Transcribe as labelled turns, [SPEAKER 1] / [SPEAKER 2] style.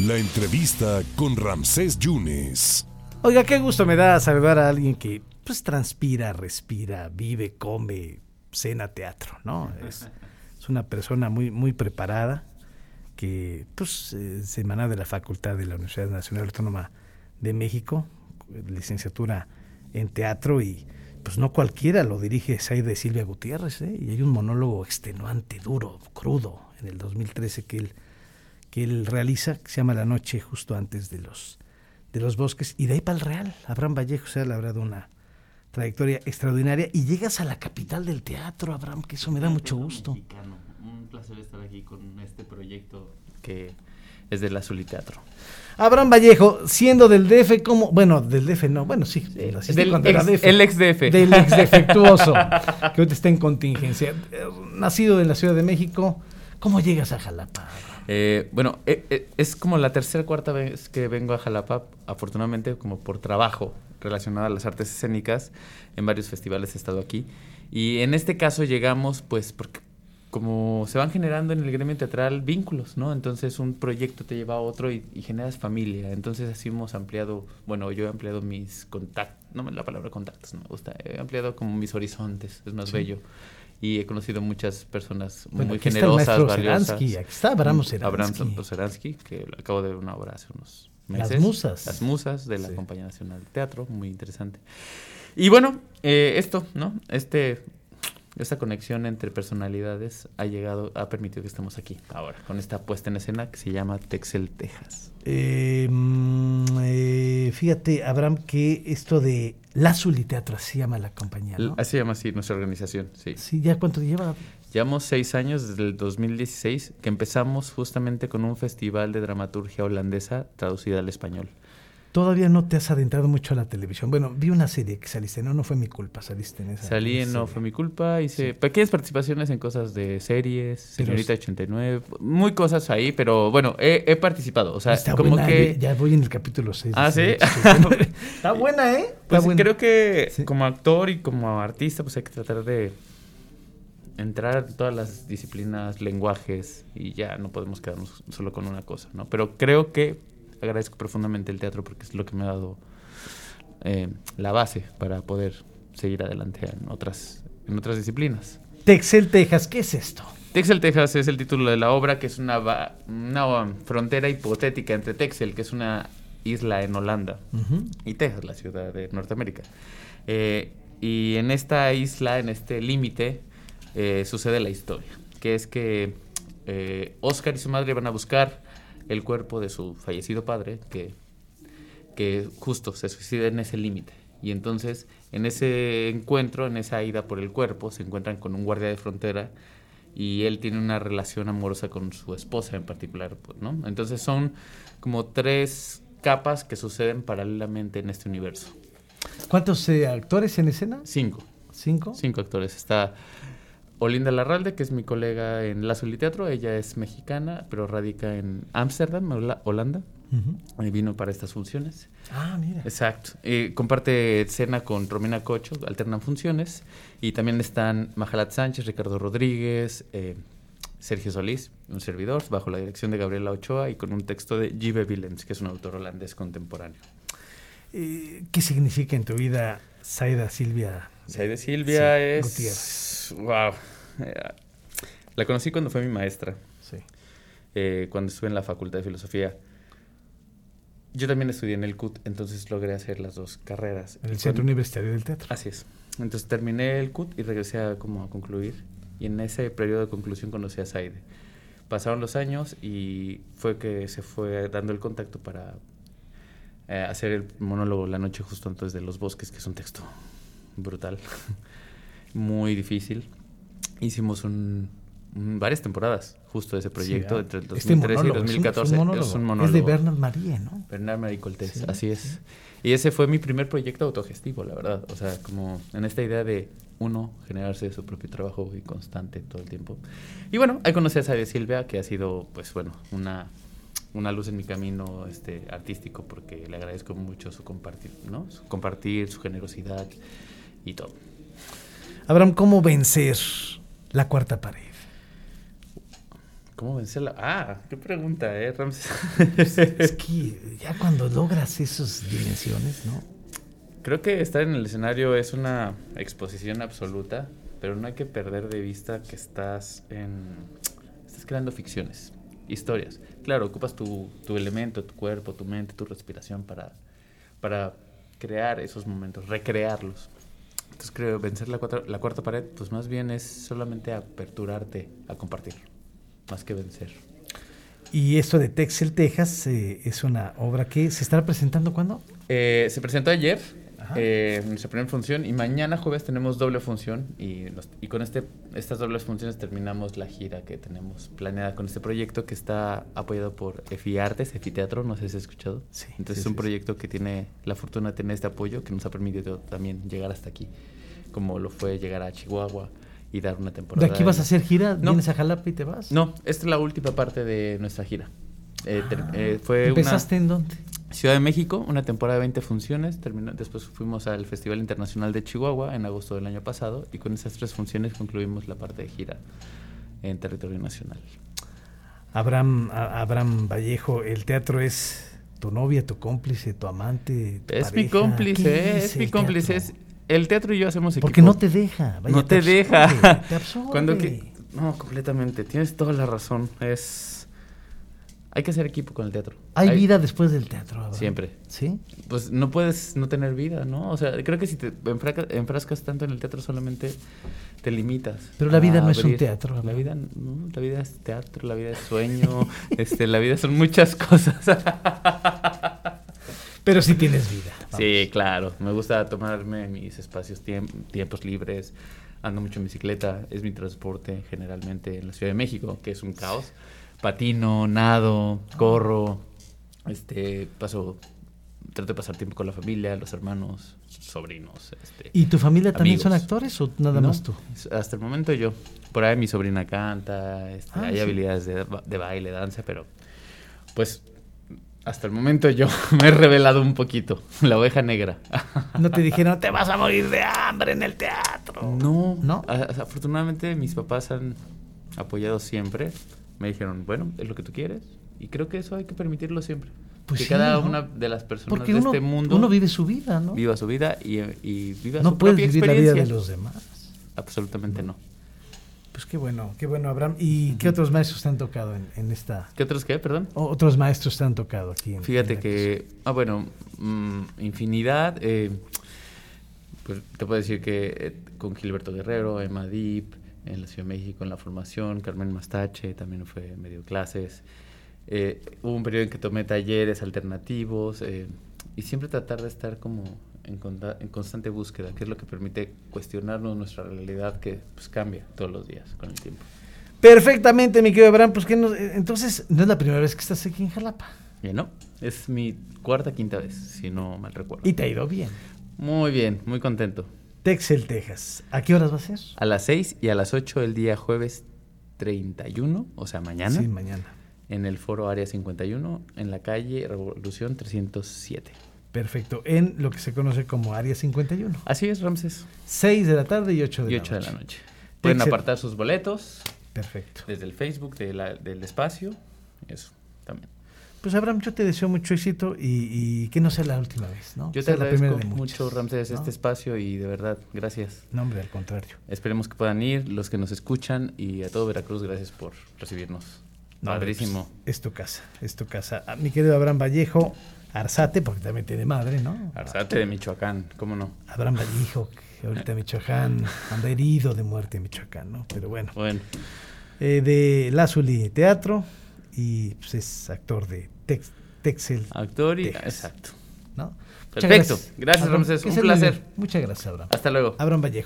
[SPEAKER 1] La entrevista con Ramsés Yunes.
[SPEAKER 2] Oiga, qué gusto me da saludar a alguien que pues transpira, respira, vive, come, cena teatro, ¿no? Es, es una persona muy, muy preparada que pues eh, semana de la Facultad de la Universidad Nacional Autónoma de México, licenciatura en teatro y pues no cualquiera lo dirige de Silvia Gutiérrez, ¿eh? y hay un monólogo extenuante, duro, crudo, en el 2013 que él, que él realiza, que se llama La Noche justo antes de los, de los bosques, y de ahí para el Real, Abraham Vallejo se ha labrado una trayectoria extraordinaria, y llegas a la capital del teatro, Abraham, que eso me da mucho gusto.
[SPEAKER 3] Mexicano. Un placer estar aquí con este proyecto que es del Azul y Teatro.
[SPEAKER 2] Abraham Vallejo, siendo del DF, como, bueno, del DF no, bueno, sí, lo asiste
[SPEAKER 3] Del
[SPEAKER 2] cuando era
[SPEAKER 3] ex-
[SPEAKER 2] DF.
[SPEAKER 3] el ex DF.
[SPEAKER 2] Del ex defectuoso, que ahorita está en contingencia. Eh, Nacido en la Ciudad de México, ¿cómo llegas a Jalapa?
[SPEAKER 3] Eh, bueno, eh, eh, es como la tercera cuarta vez que vengo a Jalapa, afortunadamente como por trabajo relacionado a las artes escénicas, en varios festivales he estado aquí. Y en este caso llegamos pues porque como se van generando en el gremio teatral vínculos, ¿no? Entonces un proyecto te lleva a otro y, y generas familia. Entonces así hemos ampliado, bueno, yo he ampliado mis contactos, no la palabra contactos, no me gusta, he ampliado como mis horizontes, es más bello. Y he conocido muchas personas
[SPEAKER 2] Bueno,
[SPEAKER 3] muy
[SPEAKER 2] aquí está el
[SPEAKER 3] generosas,
[SPEAKER 2] maestro
[SPEAKER 3] valiosas.
[SPEAKER 2] Seransky, aquí está
[SPEAKER 3] Mm,
[SPEAKER 2] Abraham Seransky.
[SPEAKER 3] Seransky, que lo acabo de ver una obra hace unos
[SPEAKER 2] Las
[SPEAKER 3] meses.
[SPEAKER 2] Musas.
[SPEAKER 3] Las Musas de la
[SPEAKER 2] Sí.
[SPEAKER 3] Compañía Nacional de Teatro, muy interesante. Y bueno, eh, esto, ¿no? Este, esta conexión entre personalidades ha llegado, ha permitido que estemos aquí ahora, con esta puesta en escena que se llama Texel, Texas.
[SPEAKER 2] Eh, mm, eh, fíjate, Abraham, que esto de Lazuli Teatro, así llama la compañía, ¿no?
[SPEAKER 3] Así se llama así nuestra organización, sí.
[SPEAKER 2] Sí, ¿ya cuánto lleva?
[SPEAKER 3] Llevamos seis años desde el 2016 que empezamos justamente con un festival de dramaturgia holandesa traducida al español.
[SPEAKER 2] Todavía no te has adentrado mucho a la televisión. Bueno, vi una serie que saliste, no, no fue mi culpa, saliste en esa.
[SPEAKER 3] Salí en
[SPEAKER 2] esa
[SPEAKER 3] No
[SPEAKER 2] serie.
[SPEAKER 3] Fue Mi Culpa, hice pequeñas participaciones en cosas de series,
[SPEAKER 2] Pero
[SPEAKER 3] Señorita 89, muy cosas ahí, pero bueno, he, he participado, o sea,
[SPEAKER 2] Está
[SPEAKER 3] como
[SPEAKER 2] buena,
[SPEAKER 3] que...
[SPEAKER 2] ya ya voy en el capítulo 6.
[SPEAKER 3] Ah, ¿sí?
[SPEAKER 2] Está buena, ¿eh? Está
[SPEAKER 3] pues
[SPEAKER 2] buena.
[SPEAKER 3] creo que
[SPEAKER 2] Sí.
[SPEAKER 3] como actor y como artista, pues hay que tratar de entrar en todas las disciplinas, lenguajes, y ya no podemos quedarnos solo con una cosa, ¿no? Pero creo que agradezco profundamente el teatro porque es lo que me ha dado eh, la base para poder seguir adelante en otras, en otras disciplinas.
[SPEAKER 2] Texel, Texas, ¿qué es esto?
[SPEAKER 3] Texel, Texas es el título de la obra, que es una, va- una um, frontera hipotética entre Texel, que es una isla en Holanda, y Texas, la ciudad de Norteamérica. Eh, y en esta isla, en este límite, eh, sucede la historia, que es que eh, Oscar y su madre van a buscar el cuerpo de su fallecido padre, que que justo se suicida en ese límite. Y entonces, en ese encuentro, en esa ida por el cuerpo, se encuentran con un guardia de frontera y él tiene una relación amorosa con su esposa en particular, pues, ¿no? Entonces son como tres capas que suceden paralelamente en este universo.
[SPEAKER 2] ¿Cuántos eh, actores en escena?
[SPEAKER 3] Cinco.
[SPEAKER 2] ¿Cinco?
[SPEAKER 3] Cinco actores. Está Olinda Larralde, que es mi colega en La Teatro. Ella es mexicana, pero radica en Ámsterdam, Hola- Holanda.
[SPEAKER 2] Ujú.
[SPEAKER 3] Y vino para estas funciones.
[SPEAKER 2] Ah, mira.
[SPEAKER 3] Exacto. Eh, comparte escena con Romina Cocho, alternan funciones. Y también están Majalat Sánchez, Ricardo Rodríguez, eh, Sergio Solís, un servidor, bajo la dirección de Gabriela Ochoa y con un texto de Jive Willens, que es un autor holandés contemporáneo.
[SPEAKER 2] Eh, ¿Qué significa en tu vida Saida Silvia?
[SPEAKER 3] Saide Silvia
[SPEAKER 2] Sí,
[SPEAKER 3] es. ¡Wow! Eh, la conocí cuando fue mi maestra.
[SPEAKER 2] Sí.
[SPEAKER 3] eh, cuando estuve en la Facultad de Filosofía. Yo también estudié en el CUT, entonces logré hacer las dos carreras.
[SPEAKER 2] En
[SPEAKER 3] Y
[SPEAKER 2] el Centro
[SPEAKER 3] cuando-
[SPEAKER 2] Universitario del Teatro.
[SPEAKER 3] Así es. Entonces terminé el CUT y regresé a, como a concluir. Y en ese periodo de conclusión conocí a Saide. Pasaron los años y fue que se fue dando el contacto para eh, hacer el monólogo La noche justo antes de los bosques, que es un texto brutal, muy difícil. Hicimos un, un- varias temporadas justo de ese proyecto
[SPEAKER 2] Sí, ah,
[SPEAKER 3] entre el
[SPEAKER 2] este
[SPEAKER 3] 2013 y
[SPEAKER 2] monólogo, es un- Es
[SPEAKER 3] 2014.
[SPEAKER 2] un, monólogo.
[SPEAKER 3] Es un monólogo.
[SPEAKER 2] Es de Bernard María, ¿no?
[SPEAKER 3] Bernard Marie Coltés,
[SPEAKER 2] Sí,
[SPEAKER 3] así es. Y ese fue mi primer proyecto autogestivo, la verdad. O sea, como en esta idea de uno generarse su propio trabajo y constante todo el tiempo. Y bueno, ahí conocí a Sadia Silvia, que ha sido, pues bueno, una, una luz en mi camino este, artístico, porque le agradezco mucho su compartir, ¿no? Su compartir, su generosidad y todo.
[SPEAKER 2] Abraham, ¿cómo vencer la cuarta pared?
[SPEAKER 3] ¿Cómo vencer la.? Ah, qué pregunta, ¿eh, Ramses?
[SPEAKER 2] Es que ya cuando logras esas dimensiones, ¿no?
[SPEAKER 3] Creo que estar en el escenario es una exposición absoluta, pero no hay que perder de vista que estás en. Estás creando ficciones, historias. Claro, ocupas tu, tu elemento, tu cuerpo, tu mente, tu respiración para, para crear esos momentos, recrearlos. Entonces creo vencer la, cuatro- la cuarta pared, pues más bien es solamente aperturarte a compartir, más que vencer.
[SPEAKER 2] Y esto de Texel, Texas, eh, es una obra que se estará presentando cuándo?
[SPEAKER 3] Eh, se presentó ayer,
[SPEAKER 2] Ajá.
[SPEAKER 3] eh, nuestra primera función, y mañana jueves tenemos doble función, y, nos- y con este, estas dobles funciones terminamos la gira que tenemos planeada con este proyecto que está apoyado por EFI Artes, EFI Teatro, no sé si has escuchado.
[SPEAKER 2] Sí,
[SPEAKER 3] Entonces
[SPEAKER 2] sí,
[SPEAKER 3] es un
[SPEAKER 2] sí,
[SPEAKER 3] proyecto que tiene la fortuna de tener este apoyo que nos ha permitido también llegar hasta aquí, como lo fue llegar a Chihuahua y dar una temporada.
[SPEAKER 2] ¿De aquí vas a
[SPEAKER 3] en-
[SPEAKER 2] hacer gira?
[SPEAKER 3] No.
[SPEAKER 2] ¿Vienes a Jalapa y te vas?
[SPEAKER 3] No, esta es la última parte de nuestra gira. Eh, ter-
[SPEAKER 2] Ah.
[SPEAKER 3] eh, fue
[SPEAKER 2] ¿Empezaste en dónde?
[SPEAKER 3] una Ciudad de México, una temporada de 20 funciones. Terminó, después fuimos al Festival Internacional de Chihuahua en agosto del año pasado y con esas tres funciones concluimos la parte de gira en territorio nacional.
[SPEAKER 2] Abraham, a- Abraham Vallejo, el teatro es tu novia, tu cómplice, tu amante. tu
[SPEAKER 3] Es mi
[SPEAKER 2] pareja. ¿Qué
[SPEAKER 3] cómplice, es,
[SPEAKER 2] el
[SPEAKER 3] mi cómplice.
[SPEAKER 2] teatro?
[SPEAKER 3] es- el teatro y yo hacemos equipo.
[SPEAKER 2] Porque no te deja. vaya,
[SPEAKER 3] no te,
[SPEAKER 2] absorbe,
[SPEAKER 3] deja.
[SPEAKER 2] te absorbe.
[SPEAKER 3] Cuando que- no, completamente. Tienes toda la razón. Es hay que hacer equipo con el teatro.
[SPEAKER 2] Hay vida después del teatro, Abraham.
[SPEAKER 3] Siempre.
[SPEAKER 2] ¿Sí?
[SPEAKER 3] pues no puedes no tener vida, ¿no? O sea, creo que si te enfraca- enfrascas tanto en el teatro solamente te limitas.
[SPEAKER 2] Pero la vida
[SPEAKER 3] a
[SPEAKER 2] no es un teatro,
[SPEAKER 3] La
[SPEAKER 2] ¿no?
[SPEAKER 3] vida, no, la vida es teatro, la vida es sueño, este, la vida son muchas cosas.
[SPEAKER 2] Pero sí tienes vida. vamos.
[SPEAKER 3] sí, claro, me gusta tomarme mis espacios, tiemp- tiempos libres, ando mucho en bicicleta, es mi transporte generalmente en la Ciudad de México, que es un caos. Patino, nado,
[SPEAKER 2] Ah.
[SPEAKER 3] corro, este, paso... Trato de pasar tiempo con la familia, los hermanos, sobrinos. Este.
[SPEAKER 2] ¿Y tu familia también
[SPEAKER 3] Amigos.
[SPEAKER 2] son actores o nada
[SPEAKER 3] No,
[SPEAKER 2] más tú?
[SPEAKER 3] es- Hasta el momento yo. Por ahí mi sobrina canta, este,
[SPEAKER 2] Ah,
[SPEAKER 3] hay
[SPEAKER 2] sí.
[SPEAKER 3] habilidades de, ba- de baile, danza, pero pues hasta el momento yo me he revelado un poquito, la oveja negra.
[SPEAKER 2] No te dijeron, te vas a morir de hambre en el teatro.
[SPEAKER 3] No,
[SPEAKER 2] ¿No?
[SPEAKER 3] a- afortunadamente mis papás han apoyado siempre. Me dijeron, bueno, es lo que tú quieres. Y creo que eso hay que permitirlo siempre.
[SPEAKER 2] Pues
[SPEAKER 3] que
[SPEAKER 2] sí,
[SPEAKER 3] cada
[SPEAKER 2] ¿no?
[SPEAKER 3] una de las personas
[SPEAKER 2] Porque
[SPEAKER 3] de
[SPEAKER 2] uno,
[SPEAKER 3] este mundo
[SPEAKER 2] uno vive su vida, ¿no?
[SPEAKER 3] viva su vida y, y viva
[SPEAKER 2] no
[SPEAKER 3] su
[SPEAKER 2] puedes
[SPEAKER 3] propia
[SPEAKER 2] vivir la vida de
[SPEAKER 3] experiencia.
[SPEAKER 2] los demás.
[SPEAKER 3] Absolutamente no.
[SPEAKER 2] Pues qué bueno, qué bueno, Abraham. ¿Y qué otros maestros te han tocado en, en esta?
[SPEAKER 3] ¿Qué otros qué? Perdón.
[SPEAKER 2] o- otros maestros te han tocado aquí. en- en
[SPEAKER 3] Fíjate
[SPEAKER 2] la
[SPEAKER 3] que,
[SPEAKER 2] pues.
[SPEAKER 3] ah, bueno, mm, infinidad. eh, pues te puedo decir que eh, con Gilberto Guerrero, Emma Deep, en la Ciudad de México, en la formación, Carmen Mastache también fue medio clases. Eh, hubo un periodo en que tomé talleres alternativos eh, y siempre tratar de estar como en, conta- en constante búsqueda, que es lo que permite cuestionarnos nuestra realidad que pues cambia todos los días con el tiempo.
[SPEAKER 2] Perfectamente, mi querido Abraham. Pues que no- eh, entonces no es la primera vez que estás aquí en Jalapa.
[SPEAKER 3] Ya no, es mi cuarta, quinta vez, si no mal recuerdo.
[SPEAKER 2] Y te ha ido bien.
[SPEAKER 3] Muy bien, muy contento.
[SPEAKER 2] Texel, Texas. ¿A qué horas va a ser?
[SPEAKER 3] A las 6 y a las 8 el día jueves 31, o sea, mañana,
[SPEAKER 2] Sí, mañana.
[SPEAKER 3] en el foro Área 51, en la calle Revolución 307.
[SPEAKER 2] Perfecto. En lo que se conoce como Área 51.
[SPEAKER 3] Así es, Ramses.
[SPEAKER 2] 6 de la tarde y 8 de,
[SPEAKER 3] Y
[SPEAKER 2] la,
[SPEAKER 3] 8 de
[SPEAKER 2] noche.
[SPEAKER 3] la noche. Pueden
[SPEAKER 2] Excel-
[SPEAKER 3] apartar sus boletos
[SPEAKER 2] Perfecto.
[SPEAKER 3] desde el Facebook de la- del espacio. Eso, también.
[SPEAKER 2] Pues Abraham, yo te deseo mucho éxito y, y que no sea la última vez, ¿no? Que
[SPEAKER 3] Yo te
[SPEAKER 2] sea la primera
[SPEAKER 3] agradezco
[SPEAKER 2] de muchas,
[SPEAKER 3] mucho, Ramses,
[SPEAKER 2] ¿no?
[SPEAKER 3] este espacio y de verdad, gracias.
[SPEAKER 2] No, hombre, al contrario.
[SPEAKER 3] Esperemos que puedan ir, los que nos escuchan y a todo Veracruz, gracias por recibirnos.
[SPEAKER 2] No,
[SPEAKER 3] Padrísimo.
[SPEAKER 2] pues, es tu casa, es tu casa. Ah, mi querido Abraham Vallejo, Arzate, porque también tiene madre, ¿no?
[SPEAKER 3] Arzate de Michoacán, ¿cómo no?
[SPEAKER 2] Abraham Vallejo, que ahorita Michoacán anda herido de muerte en Michoacán, ¿no? Pero bueno.
[SPEAKER 3] Bueno,
[SPEAKER 2] Eh, de Lazuli Teatro y pues, es actor de Tex- Texel,
[SPEAKER 3] actor y...
[SPEAKER 2] Texas.
[SPEAKER 3] Exacto.
[SPEAKER 2] ¿no? Muchas
[SPEAKER 3] Ah, Perfecto. Gracias,
[SPEAKER 2] Abraham.
[SPEAKER 3] Ramsés,
[SPEAKER 2] Que
[SPEAKER 3] un
[SPEAKER 2] estés muy
[SPEAKER 3] placer.
[SPEAKER 2] bien. Muchas gracias, Abraham.
[SPEAKER 3] Hasta luego.
[SPEAKER 2] Abraham Vallejo.